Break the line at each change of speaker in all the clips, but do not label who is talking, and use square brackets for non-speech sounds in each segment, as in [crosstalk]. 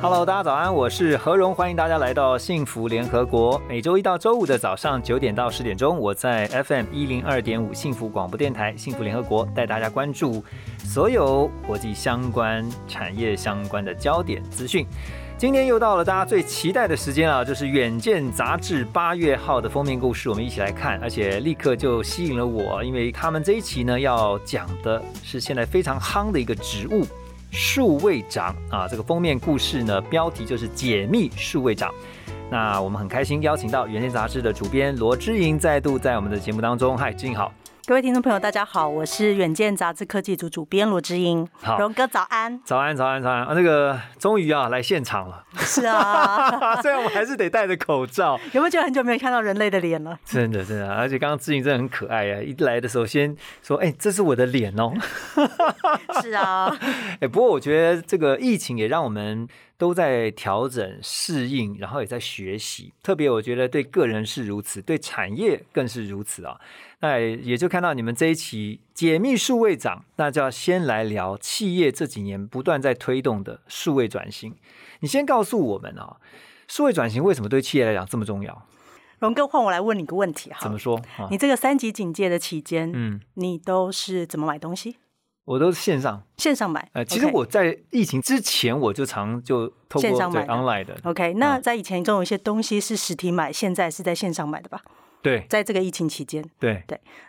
Hello，大家早安，我是何荣，欢迎大家来到幸福联合国。每周一到周五的早上九点到十点钟，我在 FM 一零二点五幸福广播电台幸福联合国带大家关注所有国际相关产业相关的焦点资讯。今天又到了大家最期待的时间啊，就是《远见》杂志八月号的封面故事，我们一起来看，而且立刻就吸引了我，因为他们这一期呢要讲的是现在非常夯的一个植物——数位长啊。这个封面故事呢，标题就是“解密数位长”。那我们很开心邀请到《远见》杂志的主编罗之莹再度在我们的节目当中。嗨，之莹好。
各位听众朋友，大家好，我是远见杂志科技组主编罗之英。
好。
荣哥早安
[laughs] 早安，早安，早安！啊，那个终于啊来现场了， [laughs]
是啊，
虽然我们还是得戴着口罩，
有没有觉得很久没有看到人类的脸了？
真的，真的，而且刚刚志颖真的很可爱啊！一来的时候先说：“哎、这是我的脸哦。
是啊，
哎，不过我觉得这个疫情也让我们都在调整、适应，然后也在学习。特别我觉得对个人是如此，对产业更是如此啊。那也就看到你们这一期解密数位长，那就要先来聊企业这几年不断在推动的数位转型。你先告诉我们啊，数位转型为什么对企业来讲这么重要？
[laughs] 荣哥，换我来问你个问题哈
怎么。说啊
你？这个三级警戒的期间，
嗯，
你都是怎么买东西？
我都是线上。
线上买？
呃，其实
OK
我在疫情之前我就常就透过
线上
对
买的哦
online 的，
OK，那在以前中有一些东西是实体买，现在是在线上买的吧？
对
在这个疫情期间，
对，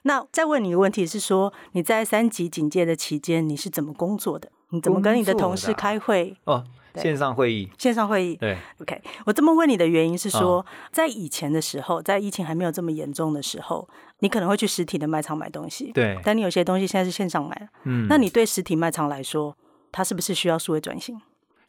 那再问你一个问题是说，你在三级警戒的期间，你是怎么工作的？你怎么跟你的
工作的啊
同事开会？
哦，
对
线上会议，
线上会议？
对，
OK，我这么问你的原
嗯
因是说，在以前的时候，在疫情还没有这么严重的时候，你可能会去实体的卖场买东西，
对
但你有些东西现在是线上买了，
嗯，
那你对实体卖场来说，它是不是需要数位转型？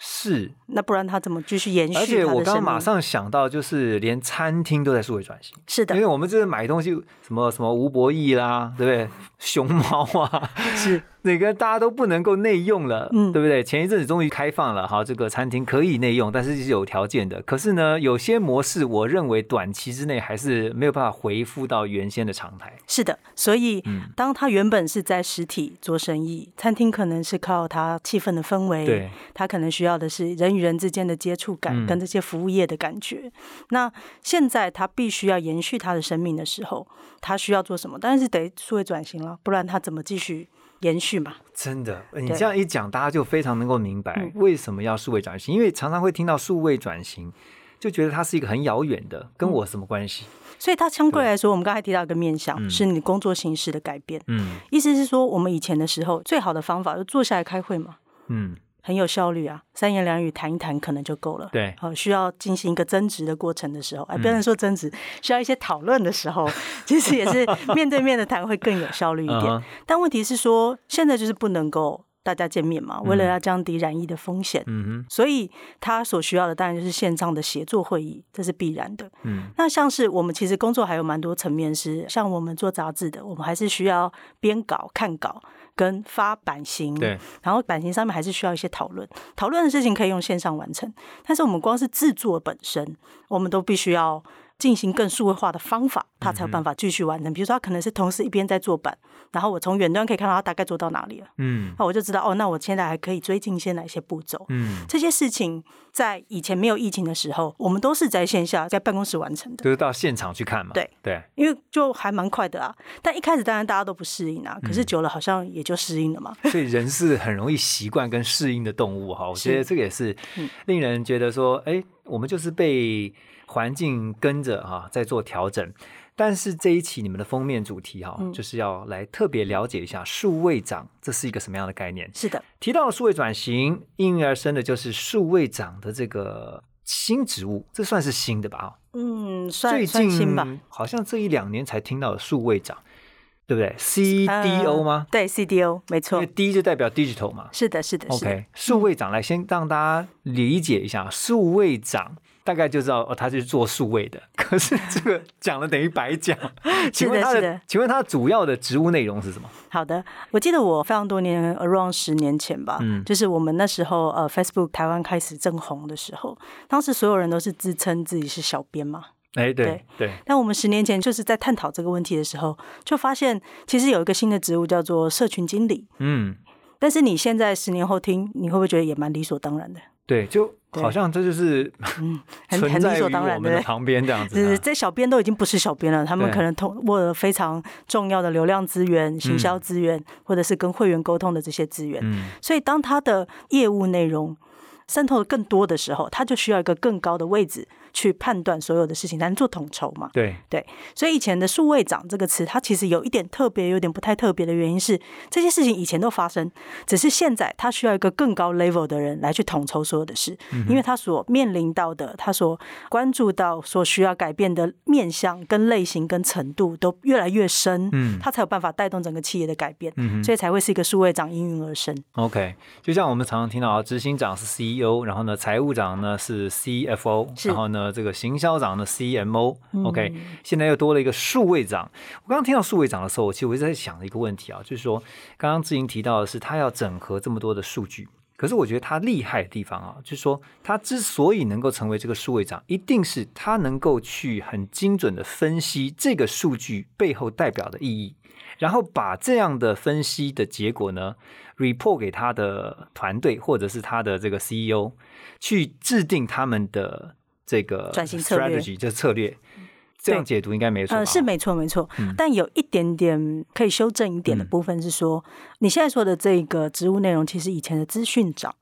是，
那不然它怎么继续延续它
而
的生
且
命？
我刚马上想到，就是连餐厅都在数位转型，
是
因为
的，
我们这买东西，什么什么吴博弈啦，对不对？ [laughs] 熊猫啊， [laughs]
是
哪个大家都不能够内用了，
嗯
对不对？前一阵子终于开放了，哈，这个餐厅可以内用，但是是有条件的。可是呢，有些模式，我认为短期之内还是没有办法恢复到原先的常态。
是的，所以、
嗯
当他原本是在实体做生意，餐厅可能是靠它气氛的氛围，
对，
他可能需要的是人与人之间的接触感，
嗯
跟这些服务业的感觉。那现在他必须要延续他的生命的时候，他需要做什么？当然是得数位转型了，不然他怎么继续延续嘛？
真的，呃你
对
这样一讲，大家就非常能够明白
嗯
为什么要数位转型，因为常常会听到数位转型，就觉得它是一个很遥远的，
嗯
跟我什么关系？
所以它相对来说，我们刚才提到一个面向，
嗯
是你工作形式的改变。
嗯
意思是说，我们以前的时候，最好的方法就坐下来开会嘛。
嗯，
很有效率啊，三言两语谈一谈可能就够了。
对
好、呃需要进行一个争执的过程的时候，哎，
嗯
不能说争执，需要一些讨论的时候，其实也
[laughs]
是面对面的谈会更有效率一点。
嗯哼
但问题是说，现在就是不能够大家见面嘛，为
嗯
了要降低染疫的风险，
嗯哼，
所以他所需要的当然就是线上的协作会议，这是必然的。
嗯，
那像是我们其实工作还有蛮多层面是，像我们做杂志的，我们还是需要编稿、看稿跟发版型，
对，
然后版型上面还是需要一些讨论，讨论的事情可以用线上完成，但是我们光是制作本身，我们都必须要进行更数位化的方法，它才有办法继续完成。比如说，他可能是同时一边在做版，然后我从远端可以看到他大概做到哪里了，
嗯
那我就知道哦，那我现在还可以追进一些哪些步骤。
嗯，
这些事情在以前没有疫情的时候，我们都是在线下在办公室完成的。
就是到现场去看嘛。
对
对，
因为就还蛮快的啊。但一开始当然大家都不适应啊，可是久了好像也就适应了 [laughs] 嘛。
所以人是很容易习惯跟适应的动物哈。我
是嗯
觉得这个也是令人觉得说，哎、我们就是被环境跟着啊在做调整。但是这一期你们的封面主题哈、
嗯
就是要来特别了解一下数位长这是一个什么样的概念。
是的，
提到了数位转型，应运而生的就是数位长的这个新职务，这算是新的吧？
嗯，算
最
算新吧
近好像这一两年才听到数位涨，对不对？CDO
呃
吗？
对，CDO 没
因
错
为，D 就代表 digital 嘛。
是的，是的，是的。嗯
OK，数位长来先让大家理解一下，数位长大概就知道哦，他就是做数位的。 [laughs] 可是这个讲了等于
[laughs]
白讲，请问他
是的
请问他主要的职务内容是什么？
好的，我记得我非常多年，around 呃十年前吧，
嗯
就是我们那时候呃，Facebook 台湾开始正红的时候，当时所有人都是自称自己是小编嘛。
哎，对
对
对，
但我们十年前就是在探讨这个问题的时候，就发现其实有一个新的职务叫做社群经理。
嗯，
但是你现在十年后听，你会不会觉得也蛮理所当然的？
对，就
对嗯
好像这就是
很
[laughs] 存
很
在
理
于
所当
我
然，
们
对
的
不对？
旁边这样
[laughs] 就是
子。
这小编都已经不是小编了，他们
啊对
可能通握了非常重要的流量资源、行销资源，或者是跟会员沟通的这些资源。
嗯
所以当他的业务内容渗透的更多的时候，他就需要一个更高的位置去判断所有的事情，才能做统筹嘛。
对，
所以以前的“数位长”这个词，它其实有一点特别，有点不太特别的原因是，这些事情以前都发生，只是现在它需要一个更高 level 的人来去统筹所有的事，
嗯
因为他所面临到的，他所关注到、所需要改变的面向、跟类型、跟程度都越来越深，
嗯
他才有办法带动整个企业的改变，
嗯哼
所以才会是一个数位长应运而生。
OK，就像我们常常听到啊，执行长是 CEO，然后呢，财务长呢是 CFO，
是
然后呢，这个行销长呢 CMO、OK，现在又多了一个数位长。我刚刚听到数位长的时候，我其实我一直在想一个问题啊，就是说，刚刚志莹提到的是他要整合这么多的数据，可是我觉得他厉害的地方啊，就是说他之所以能够成为这个数位长，一定是他能够去很精准的分析这个数据背后代表的意义。然后把这样的分析的结果呢，report 给他的团队或者是他的这个 CEO，去制定他们的这个
转型策略嗯
strategy 这策略。这样解读应该没错吧？
呃，是没错没错，但有一点点可以修正一点的部分是说，你现在说的这个职务内容，其实以前的资讯长，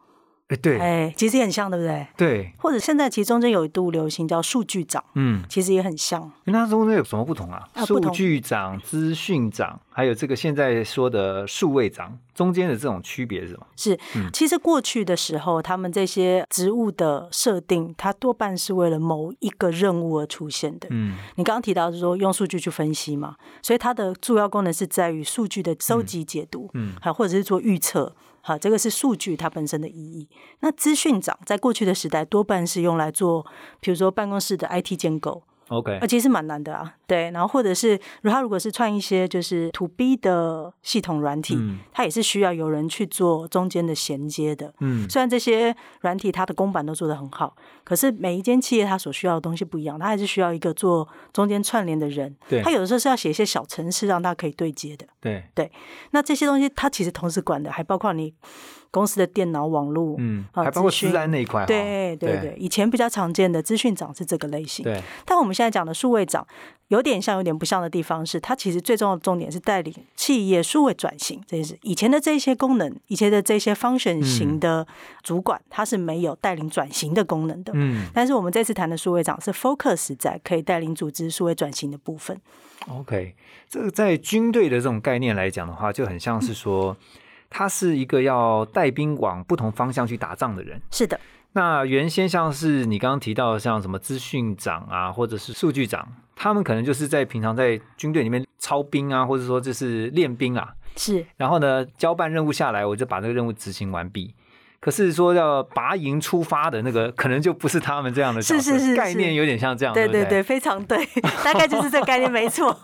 哎，对
哎，其实也很像，对不对？
对，
或者现在其实中间有一度流行叫数据长，
嗯，
其实也很像。
那中间有什么不同啊？
啊
数
不同
据长、资讯长，还有这个现在说的数位长，中间的这种区别是什么？
是，其实过去的时候，他们这些职务的设定，它多半是为了某一个任务而出现的。
嗯
你刚刚提到是说用数据去分析嘛，所以它的主要功能是在于数据的收集、解读，
嗯
好，或者是做预测，好，这个是数据它本身的意义。那资讯长在过去的时代多半是用来做，比如说办公室的 IT 建构，
，OK，
啊，其实蛮难的啊，对。然后或者是如果他如果是串一些就是 to B 的系统软体，
嗯
它也是需要有人去做中间的衔接的。
嗯
虽然这些软体它的公版都做得很好，可是每一间企业它所需要的东西不一样，它还是需要一个做中间串联的人
对。
它有的时候是要写一些小程式让它可以对接的。
对，
那这些东西它其实同时管的，还包括你公司的电脑网络。
嗯，哦
啊
还包括
资讯
治安那一块哈，
对对对，以前比较常见的资讯长是这个类型。
对，
但我们现在讲的数位长，有点像，有点不像的地方是，它其实最重要的重点是带领企业数位转型这件事。以前的这些功能，以前的这些 function 型的主管，他是没有带领转型的功能的。
嗯
但是我们这次谈的数位长是 focus 在可以带领组织数位转型的部分。
OK，这个在军队的这种概念来讲的话，就很像是说，他是一个要带兵往不同方向去打仗的人。
是的，
那原先像是你刚刚提到的，像什么资讯长啊，或者是数据长，他们可能就是在平常在军队里面操兵啊，或者说就是练兵啊，
是
然后呢交办任务下来，我就把这个任务执行完毕。可是说要拔营出发的那个，可能就不是他们这样的角色，
是是是是
概念有点像这样，
对
对
对
不
对，非常对，大概就是这个概念，没错。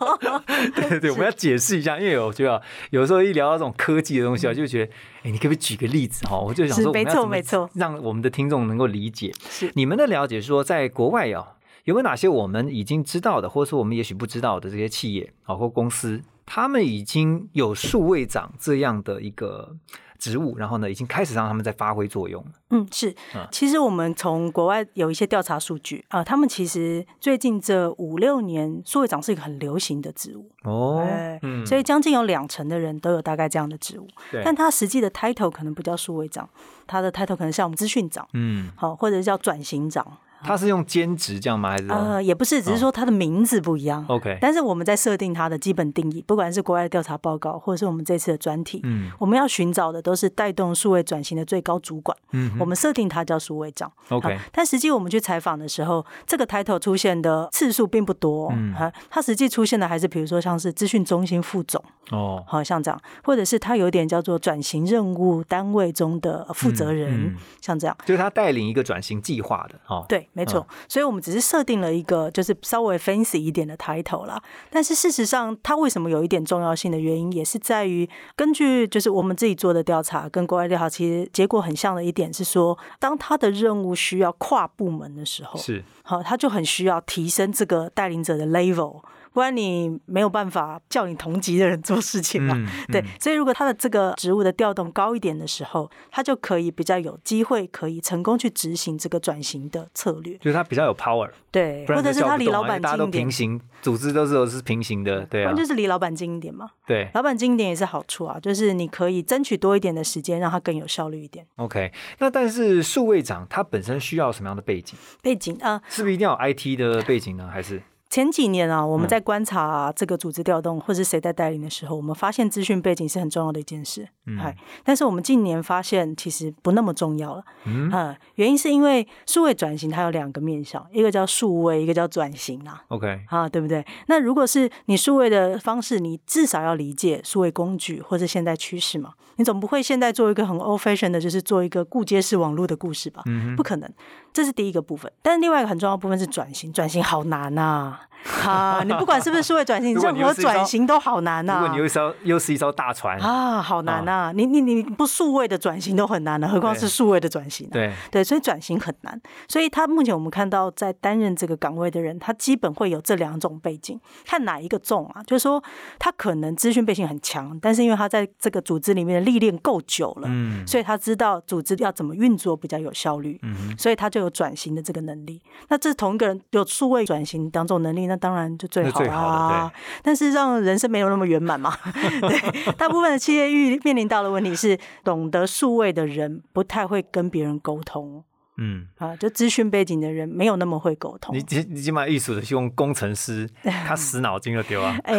对对，我们要解释一下，因为我觉得啊有时候一聊到这种科技的东西啊，就觉得，哎、你可不可以举个例子哈？我就想
嗯是
说，我们要
没错
怎么
没错
让我们的听众能够理解。
是
你们的了解说，在国外啊，有没有哪些我们已经知道的，或者说我们也许不知道的这些企业啊或公司，他们已经有数位长这样的一个职务，然后呢，已经开始让他们在发挥作用了。
嗯，是
嗯。
其实我们从国外有一些调查数据啊、呃他们其实最近这五六年，数位长是一个很流行的职务，
哦
哎，所以将近有两成的人都有大概这样的职务，
对，
但他实际的 title 可能不叫数位长，他的 title 可能像我们资讯长，
嗯
好、或者叫转型长。
他是用兼职这样吗？还是哦
呃，也不是，只是说它的名字不一样。
OK？
但是我们在设定它的基本定义，不管是国外的调查报告，或者是我们这次的专题，
嗯
我们要寻找的都是带动数位转型的最高主管。
嗯哼
我们设定它叫数位长。
，OK，
好但实际我们去采访的时候，这个 title 出现的次数并不多、哦。
嗯
啊它实际出现的还是比如说像是资讯中心副总，
哦，
好像这样，或者是他有点叫做转型任务单位中的呃负责人，
嗯嗯
像这样。
就是他带领一个转型计划的哦。
对，没错。所以我们只是设定了一个就是稍微 fancy 一点的 title 啦。但是事实上，它为什么有一点重要性的原因，也是在于根据就是我们自己做的调查跟国外调查，其实结果很像的一点是说，当他的任务需要跨部门的时候，
是
好，他就很需要提升这个带领者的 level，不然你没有办法叫你同级的人做事情啊嘛。
嗯
[laughs] 对
嗯，
所以如果他的这个职务的调动高一点的时候，他就可以比较有机会可以成功去执行这个转型的策略，
就是他比较有 power，
对，
不
或
然
者
就是叫
他
不
离
动
老
啊因为
板
大家
近
都
一点
平，行，组织都是都是平行的，对
不
啊
然，就是离老板近一点嘛。
对。
老板近一点也是好处啊，就是你可以争取多一点的时间，让他更有效率一点。
OK，那但是数位长他本身需要什么样的背景？
背景啊、呃
是不是一定要有 IT 的背景呢？还是
前几年啊，我
嗯
们在观察、这个组织调动或是谁在带领的时候，我们发现资讯背景是很重要的一件事。
嗯
嗨，但是我们近年发现其实不那么重要了。
嗯
呃原因是因为数位转型它有两个面向，一个叫数位，一个叫转型啦、
OK？
啊，对不对？那如果是你数位的方式，你至少要理解数位工具或是现代趋势嘛。你总不会现在做一个很 old fashion 的，就是做一个固接式网络的故事吧？
嗯
不可能。这是第一个部分，但是另外一个很重要的部分是转型，转型好难
[laughs]
呐、啊！你不管是不是数位转型，
如果
任
你
何
又是一招
转型都好难啊
如
呐、
果你又是一艘又是一艘大船，
啊，好难呐、你你你不数位的转型都很难了、啊何况
对
是数位的转型、啊？
对，
对，所以转型很难。所以他目前我们看到在担任这个岗位的人，他基本会有这两种背景，看哪一个重啊？就是说他可能资讯背景很强，但是因为他在这个组织里面的历练够久了，
嗯
所以他知道组织要怎么运作比较有效率，
嗯
所以他就有转型的这个能力。那这同一个人有数位转型两种能力，那当然就最
那
好
最好了
啊。但是让人生没有那么圆满
[laughs]
嘛。对，大部分的企业遇面临到的问题是，懂得数位的人不太会跟别人沟通
嗯。
啊，就资讯背景的人没有那么会沟通。
你。你你起码艺术的用工程师，他死脑筋就丢啊
[laughs] 哎，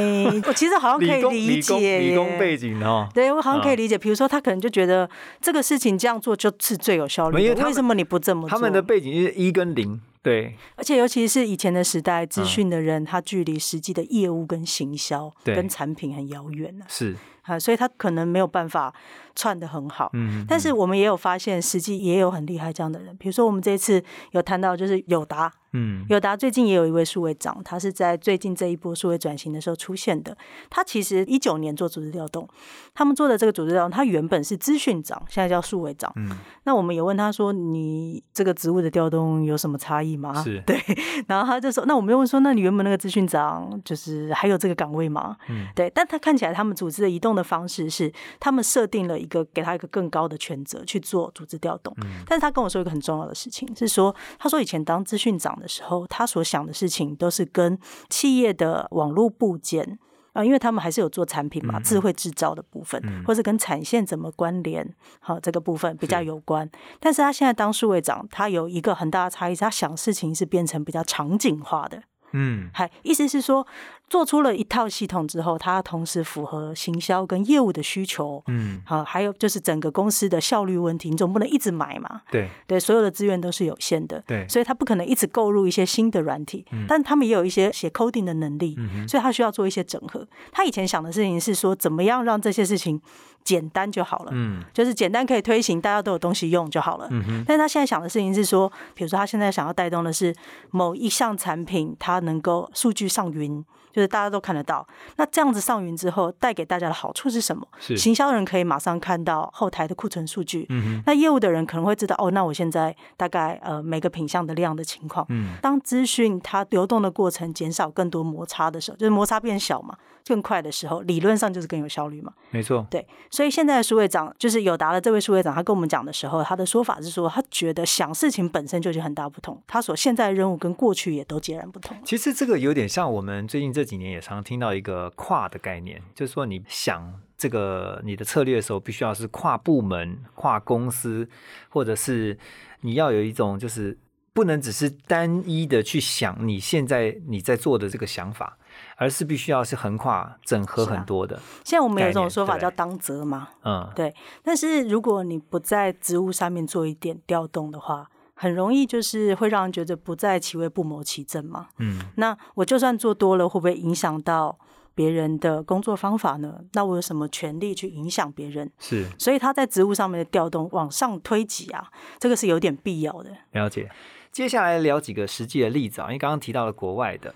我其实好像可
[laughs] 理
以
工
理
理
解
工理工
耶
背景哦，
对，我好像可以
嗯
理解。比如说，他可能就觉得这个事情这样做就是最有效
没
率
有
的，
他
为
们
什么你不这么做？
他们的背景是一跟零，对
而且尤其是以前的时代，
嗯
资讯的人他距离实际的业务跟行销、
对
跟产品很遥远呢、
是，
啊，所以他可能没有办法串的很好。
嗯，
但是我们也有发现，实际也有很厉害这样的人，比如说我们这一次有谈到，就是友达，
嗯
友达最近也有一位数位长，他是在最近这一波数位转型的时候出现的。他其实一九年做组织调动，他们做的这个组织调动，他原本是资讯长，现在叫数位长。
嗯
那我们也问他说，你这个职务的调动有什么差异吗？
是
对，然后他就说，那我们又问说，那你原本那个资讯长就是还有这个岗位吗？
嗯，
对，但他看起来他们组织的移动的方式是，他们设定了一个给他一个更高的权责去做组织调动。
嗯
但是他跟我说一个很重要的事情，是说他说以前当资讯长的时候，他所想的事情都是跟企业的网络部件。啊，因为他们还是有做产品嘛，
嗯
智慧制造的部分，
嗯
或是跟产线怎么关联，好、这个部分比较有关。但是他现在当数位长，他有一个很大的差异，他想事情是变成比较场景化的，
嗯
还意思是说，做出了一套系统之后，它同时符合行销跟业务的需求。
嗯，
好，还有就是整个公司的效率问题，你总不能一直买嘛？
对
对，所有的资源都是有限的，
对，
所以他不可能一直购入一些新的软体，
嗯
但他们也有一些写 coding 的能力，
嗯哼
所以他需要做一些整合。他以前想的事情是说，怎么样让这些事情简单就好了，
嗯
就是简单可以推行，大家都有东西用就好了。
嗯哼
但是他现在想的事情是说，比如说他现在想要带动的是某一项产品，它能够数据上云，就是大家都看得到。那这样子上云之后，带给大家的好处是什么？
是
行销人可以马上看到后台的库存数据，
嗯哼
那业务的人可能会知道哦，那我现在大概呃每个品项的量的情况。
嗯
当资讯它流动的过程减少更多摩擦的时候，就是摩擦变小嘛，更快的时候，理论上就是更有效率嘛。
没错，
对，所以现在的数位长就是友达的这位数位长，他跟我们讲的时候，他的说法是说，他觉得想事情本身就已经很大不同，他所现在的任务跟过去也都截然不同。
其实这个有点像我们最近这几年也常听到一个跨的概念，就是说你想这个你的策略的时候，必须要是跨部门、跨公司，或者是你要有一种就是不能只是单一的去想你现在你在做的这个想法，而是必须要是横跨整合
是啊
很多的。
现在我们有一
概
种
念
说法
对
叫当责嘛，
嗯，
对，但是如果你不在职务上面做一点调动的话，很容易就是会让人觉得不在其位不谋其政嘛。
嗯，
那我就算做多了，会不会影响到别人的工作方法呢？那我有什么权利去影响别人？
是
所以他在职务上面的调动往上推挤啊，这个是有点必要的。
了解。接下来聊几个实际的例子啊，因为刚刚提到了国外的，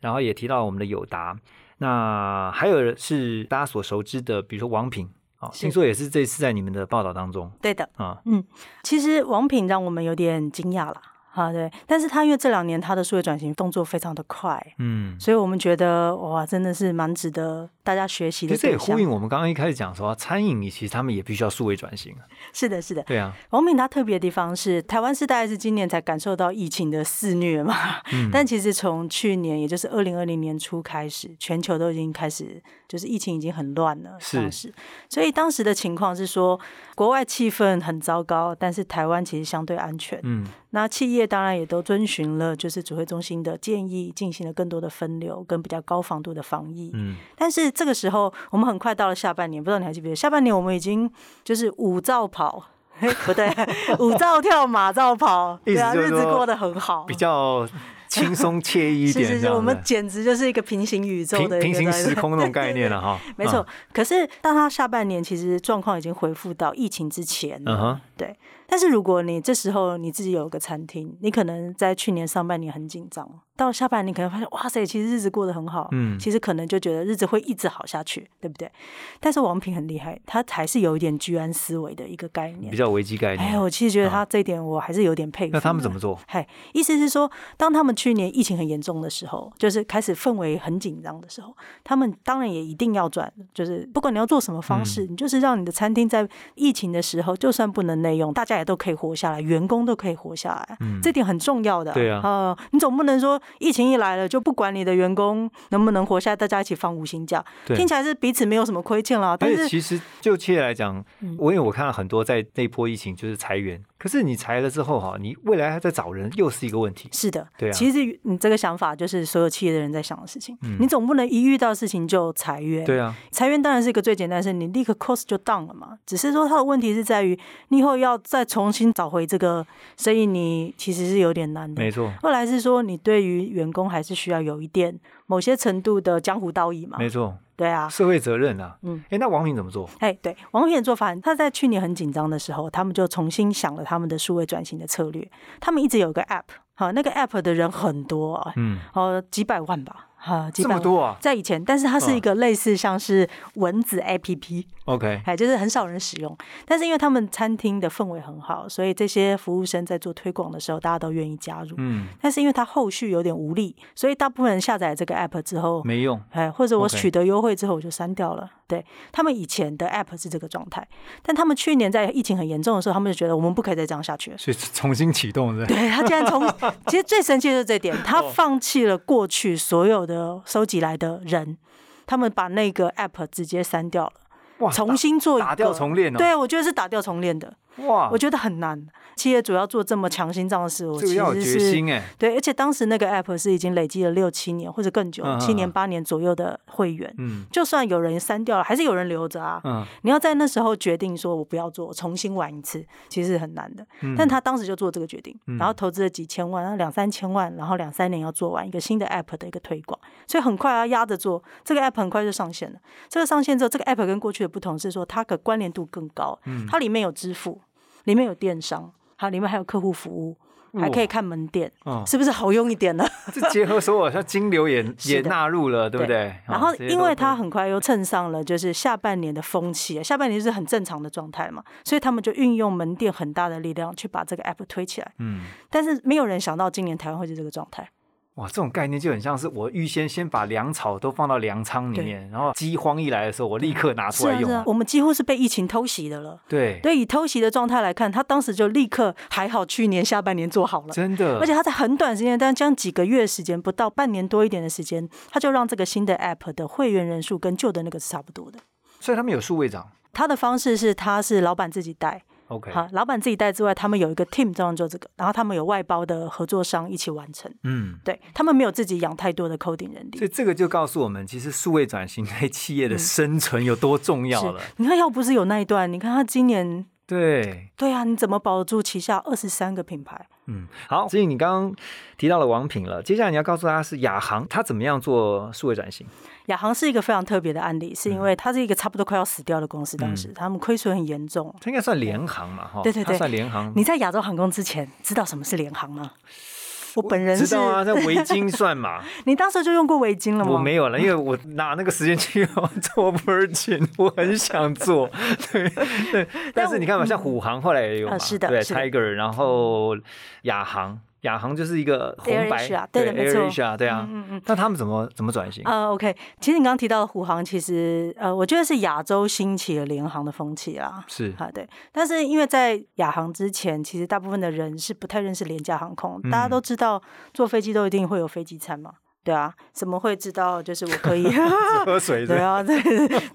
然后也提到我们的友达，那还有是大家所熟知的，比如说王品啊，
是
听说也是这次在你们的报道当中
对的，
啊，
其实王品让我们有点惊讶啦。啊，对，但是他因为这两年他的数位转型动作非常的快，
嗯，
所以我们觉得哇，真的是蛮值得大家学习
其
的
实这也
对
呼
象。
应我们刚刚一开始讲说，餐饮其实他们也必须要数位转型啊，
是的，是的。
对啊，
王品它特别的地方是，台湾是大概是今年才感受到疫情的肆虐嘛，
嗯
但其实从去年，也就是二零二零年初开始，全球都已经开始，就是疫情已经很乱了，
是
当时，所以当时的情况是说，国外气氛很糟糕，但是台湾其实相对安全。
嗯，
那企业当然也都遵循了，就是指挥中心的建议，进行了更多的分流跟比较高防度的防疫。
嗯，
但是这个时候，我们很快到了下半年，不知道你还记不记得？下半年我们已经就是五兆跑， [laughs] 嘿不对，五兆跳，马兆跑，对
意思
啊，
就是
日子
说
过得很好，
比较轻松惬意一
是
点，
哦 [laughs] 是
这
是，
样
我们
的
简直就是一个平行宇宙
平
的一个
平行时空嗯那种概念
了。
了哈，
[laughs] 没错，可是到它下半年，其实状况已经恢复到疫情之前
嗯，嗯
了。
哼，
对，但是如果你这时候你自己有个餐厅，你可能在去年上半年很紧张，到下半年可能发现，哇塞，其实日子过得很好，
嗯
其实可能就觉得日子会一直好下去，对不对？但是王平很厉害，他还是有一点居安思危的一个概念
比。较危机概
哎，
念。啊
我其实觉得他这一点我还是有点佩服。
那他们怎么做？
嗨，意思是说，当他们去年疫情很严重的时候，就是开始氛围很紧张的时候，他们当然也一定要转，就是不管你要做什么方
嗯
式，你就是让你的餐厅在疫情的时候，就算不能内用，大家也都可以活下来，员工都可以活下来，
嗯
这点很重要的。
对啊
呃，你总不能说疫情一来了就不管你的员工能不能活下来，大家一起放无薪假，
对
听起来是彼此没有什么亏欠啦，但
而
是
且其实就企业来讲，我因为我看到很多在那波疫情就是裁员，可是你裁了之后哈，你未来还在找人又是一个问题。
是的，
对啊
其实你这个想法就是所有企业的人在想的事情，
嗯
你总不能一遇到事情就裁员，
对啊，
裁员当然是一个最简单的事，你立刻 cost 就 down 了嘛。只是说它的问题是在于，你以后要再重新找回这个生意，你其实是有点难
没
的。
错，
后来是说，你对于员工还是需要有一点某些程度的江湖道义嘛？
没错，
对啊，
社会责任啊。
嗯，
哎，那王敏怎么做？
哎，对，王品的做法，他在去年很紧张的时候，他们就重新想了他们的数位转型的策略。他们一直有个 app，好，那个 app 的人很多啊，
嗯，
哦，几百万吧，哈，几
这
百
么
万。
多啊
在以前，但是它是一个类似像是蚊子 APP，、
？OK，
哎，就是很少人使用。但是因为他们餐厅的氛围很好，所以这些服务生在做推广的时候，大家都愿意加入。
嗯，
但是因为它后续有点无力，所以大部分人下载这个 app 之后，
没用。
哎，或者我
OK
取得优惠之后我就删掉了。对他们以前的 app 是这个状态，但他们去年在疫情很严重的时候，他们就觉得我们不可以再这样下去了。
所以重新启动的，
对他竟然
[laughs]
从，其实最神奇的就是这点，他
哦
放弃了过去所有的收集来的人，他们把那个 app 直接删掉了，
哇
重新做一个
啊打打掉重练哦
对，我觉得是打掉重练的，
哇
我，觉得很难。企业主要做这么强心脏的事，我
这个
其
要有
实
决
是。
心哎。
对，而且当时那个 app 是已经累积了六七年或者更久
嗯嗯，
七年
嗯
八年左右的会员，
嗯
就算有人删掉了，还是有人留着啊。
嗯，
你要在那时候决定说我不要做，我重新玩一次，其实很难的。
嗯
但他当时就做这个决定，
嗯
然后投资了几千万，然后两三千万，然后两三年要做完一个新的 app 的一个推广，所以很快要啊压着做。这个 app 很快就上线了。这个上线之后，这个 app 跟过去的不同是说它的关联度更高，
嗯
它里面有支付，里面有电商，还有里面还有客户服务。还可以看门店，
哦
是不是好用一点呢？
这结合所有像金流 [laughs] 也也
是的
纳入了，对不对？
然
哦
后，
这些
因
都
为
可以
他很快又蹭上了就是下半年的风气，啊下半年就是很正常的状态嘛，所以他们就运用门店很大的力量去把这个 app 推起来。
嗯。
但是没有人想到今年台湾会是这个状态，
哇，这种概念就很像是我预先先把粮草都放到粮仓里
对
面，然后饥荒一来的时候，我立刻拿出来用
是
啊。
啊，我们几乎是被疫情偷袭的了。
对，
对，以偷袭的状态来看，他当时就立刻还好，去年下半年做好了。
真的，
而且他在很短时间，但将几个月时间，不到半年多一点的时间，他就让这个新的 app 的会员人数跟旧的那个是差不多的。
所以他们有数位长，
他的方式是，他是老板自己带，
OK，
好，老板自己带之外，他们有一个 team 专门做这个，然后他们有外包的合作商一起完成。
嗯，
对他们没有自己养太多的 coding 人
所
力。
以这个就告诉我们，其实数位转型对企业的生存有多重要了。
你看，要嗯不是有那一段，你看他今年，
对，
对啊，你怎么保得住旗下二十三个品牌？
嗯，好，所以你刚刚提到了王品了，接下来你要告诉他是亚航，它怎么样做数位转型？
亚航是一个非常特别的案例，是因
嗯
为它是一个差不多快要死掉的公司，当时他们亏损很严重。
它应该算联航嘛，哈，
对对对
它算哦联航。
你在亚洲航空之前知道什么是联航吗？我本人
知
是，
道啊，在围巾算嘛，
你当时就用过围巾了吗？
我没
[laughs]
有了，因为我拿那个时间去 [laughs] 做 Virgin，我很想做， [laughs] 对对。但是你看嘛，像虎航后来也有
嗯
嘛，
啊是的
对
是的
，Tiger，然后亚航，亚航就是一个红白
AirAsia，对的没错
a i r a
嗯
对啊。那他们怎么怎么转型？
呃，OK，其实你刚刚提到的虎航，其实呃，我觉得是亚洲兴起了联航的风气啦。
是
啊，对，但是因为在亚航之前，其实大部分的人是不太认识廉价航空，大家
嗯
都知道坐飞机都一定会有飞机餐嘛，对啊，怎么会知道就是我可以？
喝水
对
的，
啊， [laughs] 对，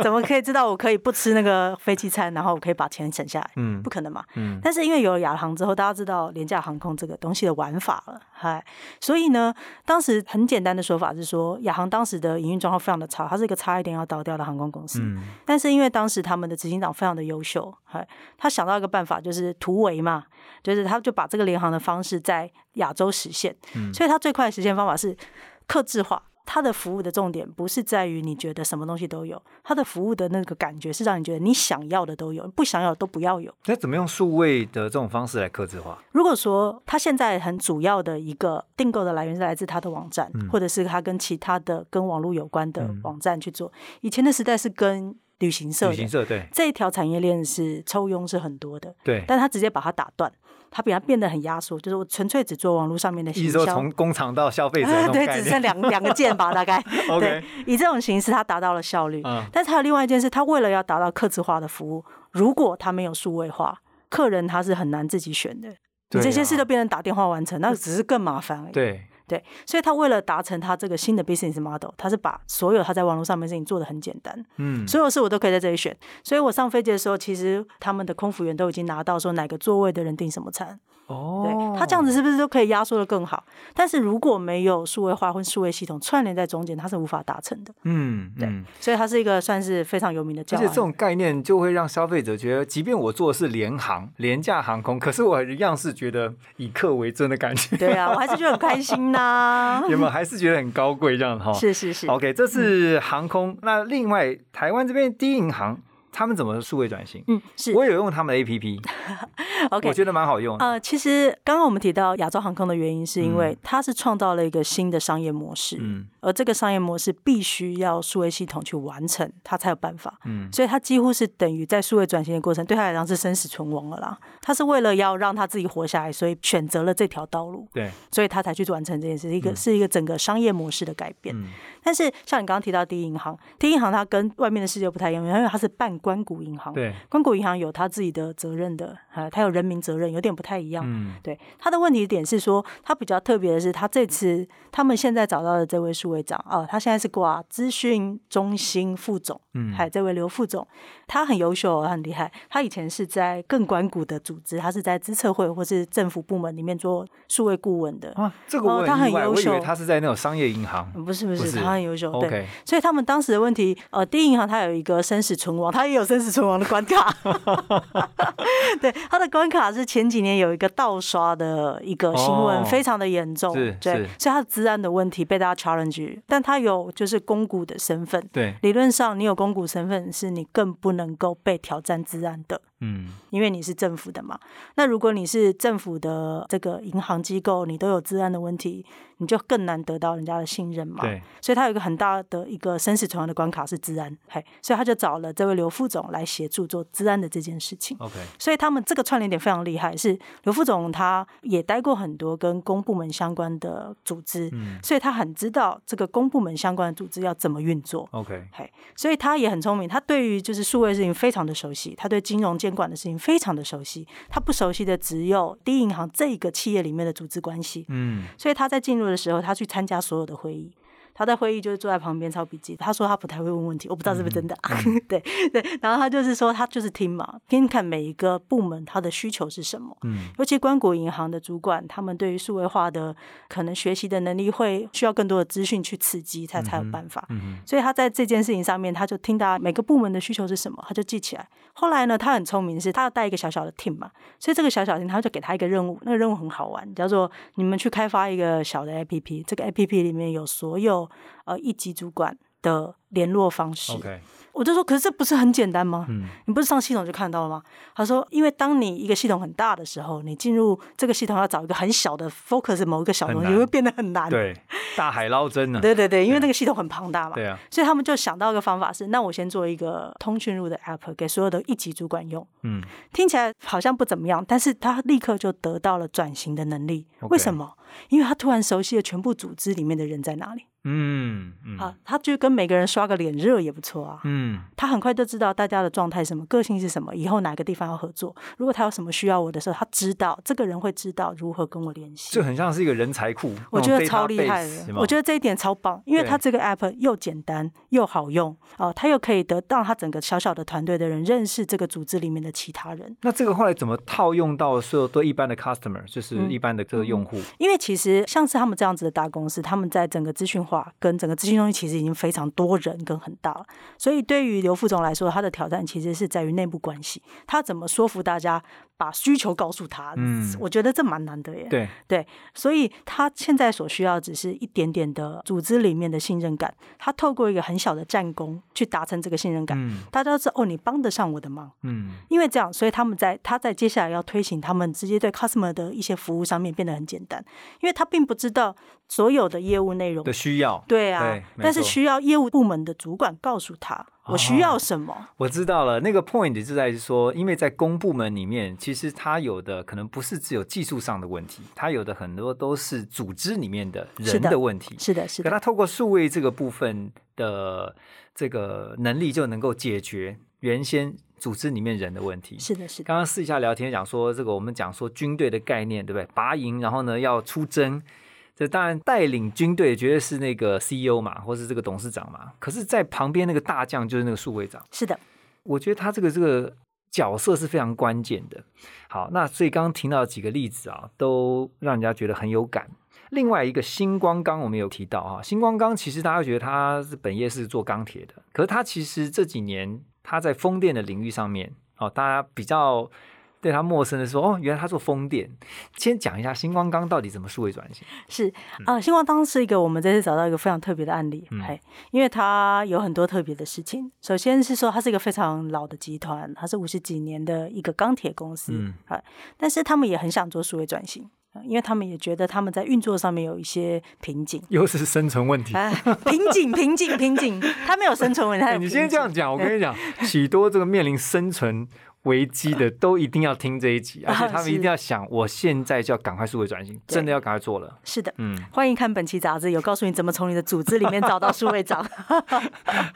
怎么可以知道我可以不吃那个飞机餐，然后我可以把钱省下来？
嗯
不可能嘛。
嗯
但是因为有了亚航之后，大家知道廉价航空这个东西的玩法了，嗨，所以呢，当时很简单的说法是说，亚航当时的营运状况非常的差，它是一个差一点要倒掉的航空公司。
嗯
但是因为当时他们的执行长非常的优秀，嗨，他想到一个办法，就是突围嘛，就是他就把这个联航的方式在亚洲实现，
嗯
所以他最快的实现方法是克制化。它的服务的重点不是在于你觉得什么东西都有，它的服务的那个感觉是让你觉得你想要的都有，不想要的都不要有。
那怎么用数位的这种方式来克制化？
如果说它现在很主要的一个订购的来源是来自它的网站，
嗯
或者是它跟其他的跟网络有关的
嗯
网站去做。以前的时代是跟旅行社
旅行
的
社对
这一条产业链是抽佣是很多的，
对，
但它直接把它打断，它比它变得很压缩，就是我纯粹只做网络上面的
一
行
直都
销。
从工厂到消费者那
啊，
种
对，
概
只剩
念。
两两个键吧，大
[laughs]
概。
OK，
对，以这种形式，它达到了效率。
嗯
但是还有另外一件事，他为了要达到客制化的服务，如果他没有数位化，客人他是很难自己选的。你
对
这些
啊
事都变成打电话完成，那只是更麻烦而已。
对，
对所以他为了达成他这个新的 business model，他是把所有他在网络上面的事情做的很简单，
嗯，
所有事我都可以在这里选。所以我上飞机的时候，其实他们的空服员都已经拿到说哪个座位的人订什么餐，
哦
对，他这样子是不是都可以压缩的更好？但是如果没有数位化或数位系统串联在中间，它是无法达成的。
嗯，
对
嗯，
所以它是一个算是非常有名的教
而
案。
且这种概念就会让消费者觉得，即便我做的是联航、 [laughs] 廉价航空，可是我一样是觉得以客为尊的感觉，
对啊，我还是觉得很开心呐、
[laughs] 有没有？还是觉得很高贵这样哈？
是是是，嗯
哦 OK，这是航空。那另外，台湾这边第一银行他们怎么数位转型？
嗯是
我有用他们的 APP，
OK
我。觉得蛮好用的。
呃，其实刚刚我们提到亚洲航空的原因，是因为它是创造了一个新的商业模式，
嗯
而这个商业模式必须要数位系统去完成，它才有办法。
嗯
所以它几乎是等于在数位转型的过程，对它来讲是生死存亡了啦。它是为了要让它自己活下来，所以选择了这条道路，
对，
所以它才去完成这件事，是一个、是一个整个商业模式的改变。
嗯
但是像你刚刚提到第一银行，第一银行它跟外面的世界不太一样，因为它是半关谷银行，
对，
关谷银行有它自己的责任的，啊，它有人民责任，有点不太一样。
嗯
对，它的问题点是说，它比较特别的是，它这次他们现在找到的这位数位长啊，他现在是挂资讯中心副总，
嗯
还有这位刘副总，他很优秀哦，他很厉害。他以前是在更管股的组织，他是在资策会或是政府部门里面做数位顾问的。
啊，这个我
哦他
很
很
意外，
优
我以为
秀
他是在那种商业银行。
嗯不是不
不
是，
是
他很优秀，对。
OK，
所以他们当时的问题，呃，第一银行它有一个生死存亡，它也有生死存亡的关
[laughs]
卡。对，它的关卡是前几年有一个盗刷的一个新闻，
哦
非常的严重。
是
对，
是
所以它的治安的问题被大家 challenge，但它有就是公股的身份。
对，
理论上，你有公股身份，是你更不能够被挑战治安的。
嗯
因为你是政府的嘛。那如果你是政府的这个银行机构，你都有治安的问题，你就更难得到人家的信任嘛。
对，
所以他有一个很大的一个生死存亡的关卡是治安，嘿，所以他就找了这位刘副总来协助做治安的这件事情。
，OK，
所以他们这个串联点非常厉害，是刘副总他也待过很多跟公部门相关的组织，
嗯
所以他很知道这个公部门相关的组织要怎么运作。
，OK，
嘿，所以他也很聪明，他对于就是数位事情非常的熟悉，他对金融监管的事情非常的熟悉，他不熟悉的只有第一银行这一个企业里面的组织关系。
嗯
所以他在进入的时候，他去参加所有的会议，他他在会议就是坐在旁边抄笔记。他说他不太会问问题，我不知道是不是真的、 [laughs] 啊。对对，然后他就是说他就是听嘛，听看每一个部门他的需求是什么。
嗯
尤其关谷银行的主管，他们对于数位化的可能学习的能力会需要更多的资讯去刺激，他才有办法。
嗯
所以他在这件事情上面，他就听到每个部门的需求是什么，他就记起来。后来呢，他很聪明，是他要带一个小小的 team 嘛，所以这个小小的 team 他就给他一个任务，那个任务很好玩，叫做你们去开发一个小的 APP，这个 APP 里面有所有呃一级主管的联络方式。
，OK，
我就说，可是这不是很简单吗？ [laughs]
嗯
你不是上系统就看到了吗？他说，因为当你一个系统很大的时候，你进入这个系统要找一个很小的 focus 某一个小东
很
西，
难
会变得很难。 [laughs]
对，大海捞针呢，
啊对对对因为那个系统很庞大嘛。
对啊，
所以他们就想到一个方法是，那我先做一个通讯录的 app 给所有的一级主管用。
嗯
听起来好像不怎么样，但是他立刻就得到了转型的能力。
OK
为什么？因为他突然熟悉了全部组织里面的人在哪里、
嗯嗯
啊，他就跟每个人刷个脸热也不错啊。
嗯
他很快就知道大家的状态是什么，个性是什么，以后哪个地方要合作。如果他有什么需要我的时候，他知道这个人会知道如何跟我联系。
就很像是一个人才库，
我觉得超厉害
的
的，，我觉
得
得这一点超棒，因为
对
它这个 app 又简单又好用哦，它又可以得到它整个小小的团队的人认识这个组织里面的其他人。
那这个后来怎么套用到所有对一般的 customer，就是一般的这个用户？
因为其实像是他们这样子的大公司，他们在整个资讯化跟整个资讯中心其实已经非常多人跟很大了，所以对于刘副总来说，他的挑战其实是在于内部关系，他怎么说服大家把需求告诉他？
嗯
我觉得这蛮难的耶。
对，
嗯对，所以他现在所需要只是一点点的组织里面的信任感，他透过一个很小的战功去达成这个信任感。
嗯
大家都知道哦，你帮得上我的忙，
嗯
因为这样，所以他们在他在接下来要推行他们直接对 customer 的一些服务上面变得很简单，因为他并不知道所有的业务内容
的。需要。
对啊，
对没
但是
错哦
需要业务部门的主管告诉他我需要什么。
我知道了，那个 point 就在于说，因为在公部门里面，其实它有的可能不是只有技术上的问题，它有的很多都是组织里面的
是
人
的
的问题。
是的，是
可
的，
它透过数位这个部分的这个能力，就能够解决原先组织里面人的问题。
是的，是的，
刚刚私底下聊天讲说，这个我们讲说军队的概念，对不对？拔营，然后呢要出征，这当然带领军队绝对是那个 CEO 嘛，或是这个董事长嘛。可是，在旁边那个大将就是那个数位长。
是的。
我觉得他这个这个角色是非常关键的。好，那所以刚刚听到几个例子啊，都让人家觉得很有感。另外一个星光钢，我们有提到啊，星光钢其实大家会觉得它是本业是做钢铁的，可是它其实这几年它在风电的领域上面，哦，大家比较对它陌生的说，哦，原来它做风电。先讲一下星光钢到底怎么数位转型。
是啊，呃星光当是一个我们这次找到一个非常特别的案例，
嗯
嘿，因为它有很多特别的事情。首先是说它是一个非常老的集团，它是五十几年的一个钢铁公司，
嗯
哎，但是他们也很想做数位转型，呃因为他们也觉得他们在运作上面有一些瓶
[laughs]
颈。
又是生存问题
哎，瓶颈，瓶颈，瓶颈，他没有生存问题，他有
哎你
瓶
先这样
颈
讲，我跟
[laughs]
你讲，许多这个面临生存危机的都一定要听这一集，
[laughs]
而且他们一定要想，我现在就要赶快数位转型，
对
真的要赶快做了。
是的。 [laughs]
嗯，
欢迎看本期杂志，有告诉你怎么从你的组织里面找到数位长。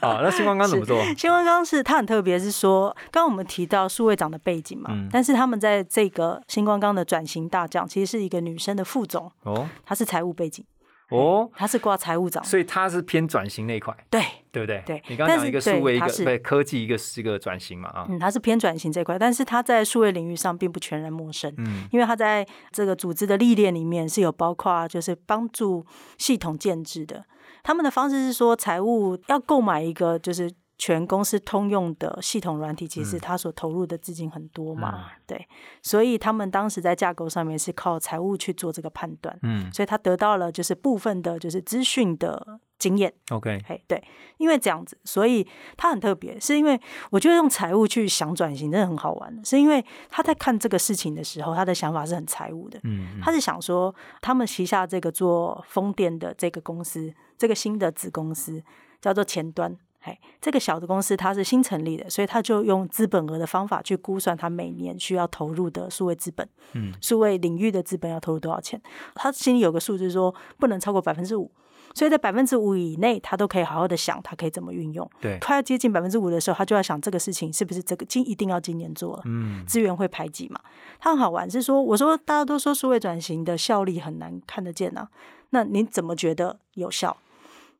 好，那星光刚怎么做？
新闻刚是它很特别，是说刚刚我们提到数位长的背景嘛，
嗯
但是他们在这个星光刚的转型大将，其实是一个女生的副总，
哦
她是财务背景，
哦，
她是挂财务长，
所以它是偏转型那一块，
对，
对不对？
对
你刚刚
但是
讲一个数位，
对
一个
它是
对科技，一个是一个转型嘛啊。
嗯，她是偏转型这块，但是她在数位领域上并不全然陌生。
嗯
因为她在这个组织的历练里面是有包括就是帮助系统建制的，他们的方式是说财务要购买一个就是全公司通用的系统软体，其实它所投入的资金很多嘛，
嗯
对，所以他们当时在架构上面是靠财务去做这个判断，
嗯
所以他得到了就是部分的就是资讯的经验，
，OK，
嘿，对，因为这样子，所以他很特别，是因为我觉得用财务去想转型真的很好玩，是因为他在看这个事情的时候，他的想法是很财务的，
嗯，
他是想说，他们旗下这个做风电的这个公司，这个新的子公司叫做前端。嘿，这个小的公司它是新成立的，所以他就用资本额的方法去估算他每年需要投入的数位资本，
嗯，
数位领域的资本要投入多少钱。他心里有个数字说不能超过百分之五，所以在百分之五以内，他都可以好好的想他可以怎么运用。
对，
快要接近百分之五的时候，他就要想这个事情是不是这个今一定要今年做了。
嗯
资源会排挤嘛。它很好玩，是说我说大家都说数位转型的效力很难看得见啊，那你怎么觉得有效？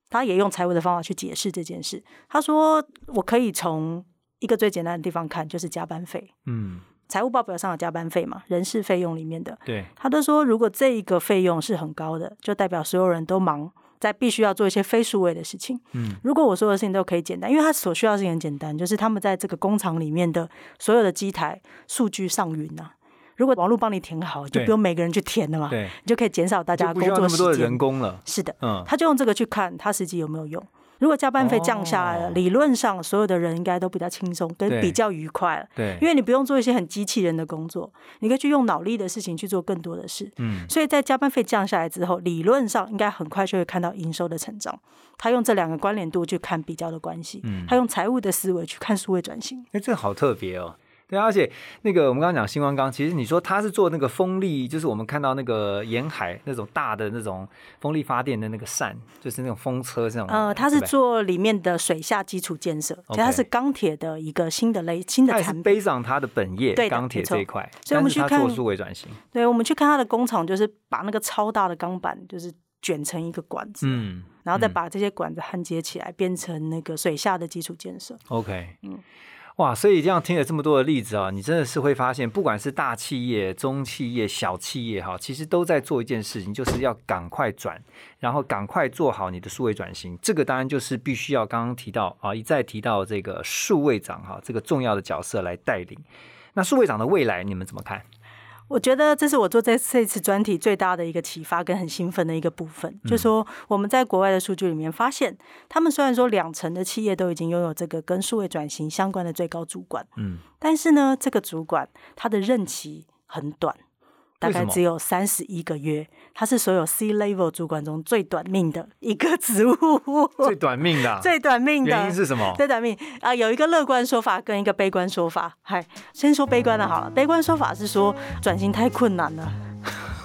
他也用财务的方法去解释这件事。他说，我可以从一个最简单的地方看，就是加班费，
嗯，
财务报表上有加班费嘛，人事费用里面的。
对，
他就说，如果这一个费用是很高的，就代表所有人都忙，在必须要做一些非数位的事情。
嗯
如果我所有的事情都可以简单，因为他所需要的事情很简单，就是他们在这个工厂里面的所有的机台数据上云啊。如果网络帮你填好，就
对
不用每个人去填了嘛，
对，
你就可以减少大家
就
的工
不需要那
作
么多
时
的人
间。
工了，
是的，
嗯，
他就用这个去看他实际有没有用。如果加班费降下来了，
哦
理论上所有的人应该都比较轻松，跟
对
比较愉快了，
对，
因为你不用做一些很机器人的工作，你可以去用脑力的事情去做更多的事。
嗯
所以在加班费降下来之后，理论上应该很快就会看到营收的成长。他用这两个关联度去看比较的关系，
嗯
他用财务的思维去看数位转型。
哎、这个好特别哦。对啊，而且那个我们刚刚讲星光钢，其实你说它是做那个风力，就是我们看到那个沿海那种大的那种风力发电的那个扇，就是那种风车这种。
呃，他是
对不对
做里面的水下基础建设，其实它
OK
是钢铁的一个新的类新的
它也是
产品。
背上它的本业
对的
钢铁这一块，
所以我们
但是它
去看
做数位转型。
对，我们去看他的工厂，就是把那个超大的钢板，就是卷成一个管子，
嗯
然后再把这些管子焊接起来，变成那个水下的基础建设。
，OK，
嗯
哇，所以这样听了这么多的例子啊，你真的是会发现，不管是大企业、中企业、小企业哈，其实都在做一件事情，就是要赶快转，然后赶快做好你的数位转型。这个当然就是必须要刚刚提到啊，一再提到这个数位长哈这个重要的角色来带领。那数位长的未来你们怎么看？
我觉得这是我做这这次专题最大的一个启发跟很兴奋的一个部分，
嗯
就说我们在国外的数据里面发现，他们虽然说两成的企业都已经拥有这个跟数位转型相关的最高主管，
嗯，
但是呢，这个主管他的任期很短。大
为什
概
么
只有三十一个月，他是所有 C level 主管中最短命的一个职务， [laughs]
最短命的啊、
最短命的
原因是什么？
对短命啊、有一个乐观说法跟一个悲观说法。嗨，先说悲观的好了。悲观说法是说转型太困难了。 [laughs]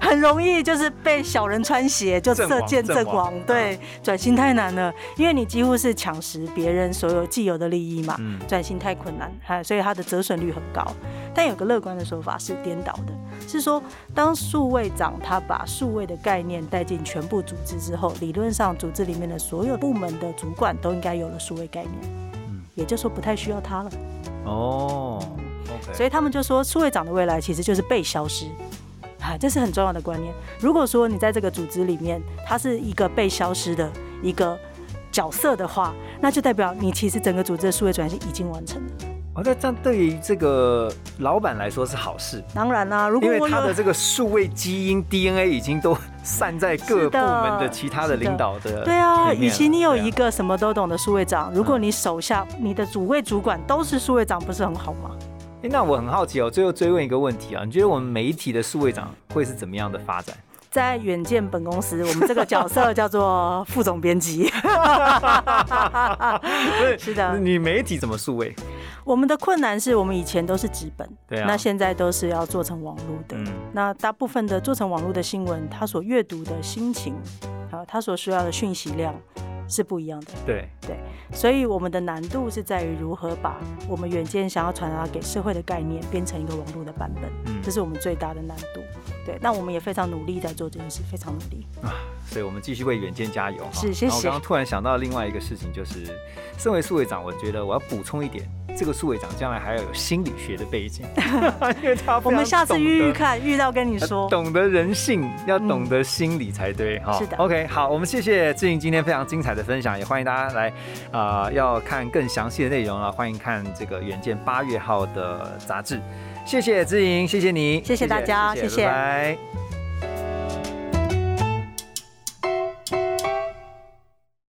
很容易就是被小人穿鞋就
阵亡
射箭
阵
阵
亡嗯
亡，对，转型太难了，因为你几乎是抢食别人所有既有的利益嘛，
嗯
转型太困难，哎，所以它的折损率很高。但有个乐观的说法是颠倒的，是说当数位长他把数位的概念带进全部组织之后，理论上组织里面的所有部门的主管都应该有了数位概念，
嗯
也就是说不太需要他了。
哦，OK，
所以他们就说，数位长的未来其实就是被消失。啊，这是很重要的观念。如果说你在这个组织里面，它是一个被消失的一个角色的话，那就代表你其实整个组织的数位转型已经完成了。
哦，那这样对于这个老板来说是好事，
当然啦、如果
因为
我
他
有
的这个数位基因 DNA 已经都散在各部门的其他的领导的
对啊，
里面
与
了
其你有
对啊
一个什么都懂的数位长，如果你手下你的主位主管都是数位长，不是很好吗？
啊诶那我很好奇哦，最后追问一个问题啊，你觉得我们媒体的数位长会是怎么样的发展？
在远见本公司，我们这个角色叫做 [laughs] 副总编辑。 [laughs] 是的
你媒体怎么数位？
我们的困难是我们以前都是纸本，
对啊
那现在都是要做成网络的。
嗯
那大部分的做成网络的新闻，他所阅读的心情，啊，他所需要的讯息量是不一样的。
对，
所以我们的难度是在于如何把我们远见想要传达给社会的概念变成一个网络的版本，
嗯
这是我们最大的难度。对，那我们也非常努力在做这件事，非常努力。
所以我们继续为远见加油哈。
是谢谢
然后我刚刚突然想到另外一个事情，就是身为数位长，我觉得我要补充一点，这个数位长将来还要有心理学的背景， [laughs] 因为他非常
我们下次
懂
遇遇
得呃
看，遇到跟你说。嗯
懂得人性，要懂得心理才对哈、
是的
OK，好，我们谢谢志颖今天非常精彩的分享，也欢迎大家来啊、呃要看更详细的内容啊，欢迎看这个《远见》八月号的杂志。谢谢志颖，谢谢你，
谢谢大家谢谢
拜拜